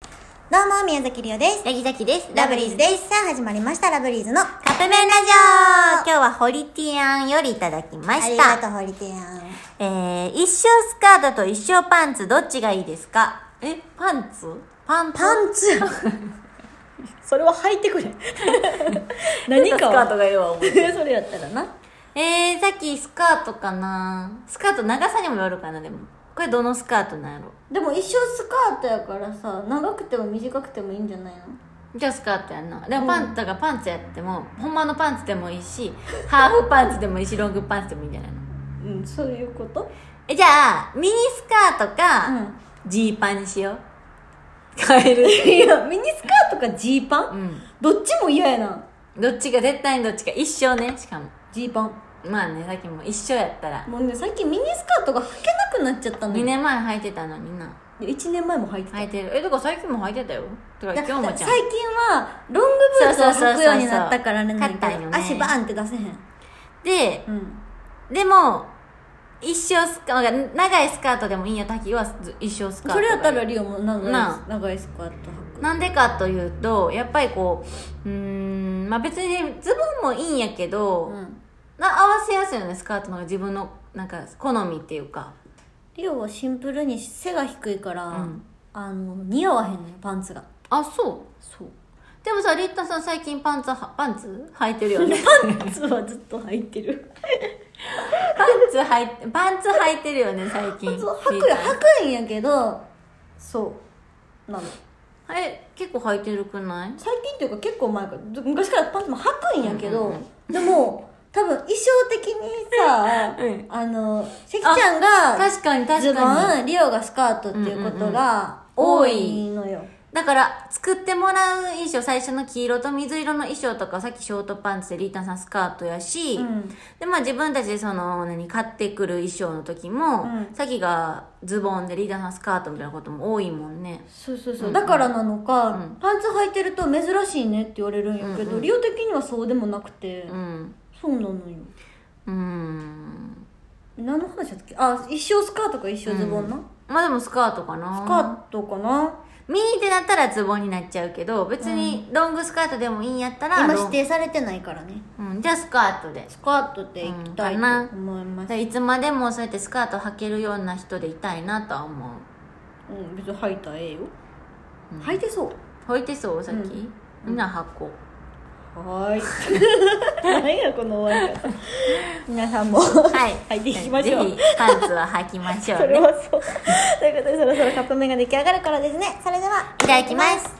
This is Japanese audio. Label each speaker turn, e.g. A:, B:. A: どうも、宮崎りおです。
B: ヤギザキです。
A: ラブリーズです。さあ、始まりました、ラブリーズの。あ
B: カップ麺ラジオ今日はホリティアンよりいただきま
A: り
B: し
A: が
B: た。
A: とう、ホリティアン。
B: えー、一生スカートと一生パンツどっちがいいですかえ、パンツパンツ
A: パンツ それは履いてくれ。何
B: スカ
A: か
B: ートがいいわ、思う
A: それやったらな。
B: えー、さっきスカートかなスカート長さにもよるかな、でも。これどのスカートなんやろ
C: でも一生スカートやからさ長くても短くてもいいんじゃないの
B: じゃあスカートやんな。でもパンツだからパンツやっても、ほんまのパンツでもいいし、ハーフパンツでもいいし、ロングパンツでもいいんじゃないの
C: うんそういうこと
B: え、じゃあ、ミニスカート
C: う
B: か、
C: ん
B: ジーパンにしよう。変える。
C: いやミニスカートかジーパン、
B: うん。
C: どっちも嫌やな
B: どっちが絶対にどっちか一生ねしかも
C: ジーパン
B: まあねさっきも一生やったら
C: もうね最近ミニスカートが履けなくなっちゃったの
B: 2
C: よ
B: 年前履いてたのにな
C: 1年前も履いてた、
B: 履いてるえだから最近も履いてたよとか
C: だ
B: 今日も
C: だ
B: ち
C: 最
B: ゃ
C: 近
B: ん
C: はロングブーツを
B: そうそ
C: 履
B: うそうそう
C: くようになったからあれなんだけ
B: 硬いよ
C: ど、
B: ね
C: 足バーンって出せへん
B: で
C: うん
B: でも一生スカなんか長いスカートでもいいよ滝はず一生スカートが
C: それやったらリオも長い
B: な
C: 長いスカート履く
B: なんでかというとやっぱりこううーんまあ別にズボンもいいんやけど、
C: うん
B: な合わせやすいよねスカートの方が自分のなんか好みっていうか
C: リオはシンプルに背が低いから、
B: うん
C: あの似合わへんのよパンツが
B: あそう
C: そう
B: でもさリッタさん最近パンツはパンツ履いてるよね
C: パンツはずっと履いて る
B: パンツ履いて、パンツ履いてるよね、最近。
C: そう履くよ履くんやけどそうなの
B: え、結構履いてるくない
C: 最近っていうか結構前からず昔からパンツも履くんやけど、
B: うんうん
C: でも多分衣装的にさ、
B: うん
C: あの関ちゃんが
B: 確かに
C: ズ
B: 確
C: ボ
B: かに。
C: ンリオがスカートっていうことが
B: うんうんうん
C: 多いのよ、
B: だから、作ってもらう衣装、最初の黄色と水色の衣装とか、さっきショートパンツでリータンさんスカートやし、
C: うん
B: で、まあ自分たちでその、何、買ってくる衣装の時も、
C: うん
B: さっきがズボンでリータンさんスカートみたいなことも多いもんね。
C: そうそう
B: うん
C: そううんだからなのか、
B: うん
C: パンツ履いてると珍しいねって言われるんやけど、
B: うんうん
C: リオ的にはそうでもなくて、
B: うん。
C: そうなのよ
B: うーん。
C: 何の話だっけあ一生スカートか一生ズボンな、
B: まあでもスカートかな。
C: スカートかな
B: ミニってなったらズボンになっちゃうけど、別にロングスカートでもいいんやったら、
C: 今
B: ロン
C: 指定されてないからね
B: うん、じゃあスカートで。
C: スカートで行きたい
B: うんかな
C: と思いま
B: だ
C: す
B: からいつまでもそうやってスカート履けるような人でいたいなとは思う。
C: うん別に履いたらええよ、
B: うん
C: 履いてそう
B: 履いてそうさっき、みんな履こ
C: は ーい何やこの終わり方皆さん も
B: う。はい。
C: 履いていきましょう
B: ぜひパンツは履きましょう
C: それ
B: ね。
C: はそうということでそろそろカップ麺が出来上がるからですね
A: ね、それでは、
B: いただきます。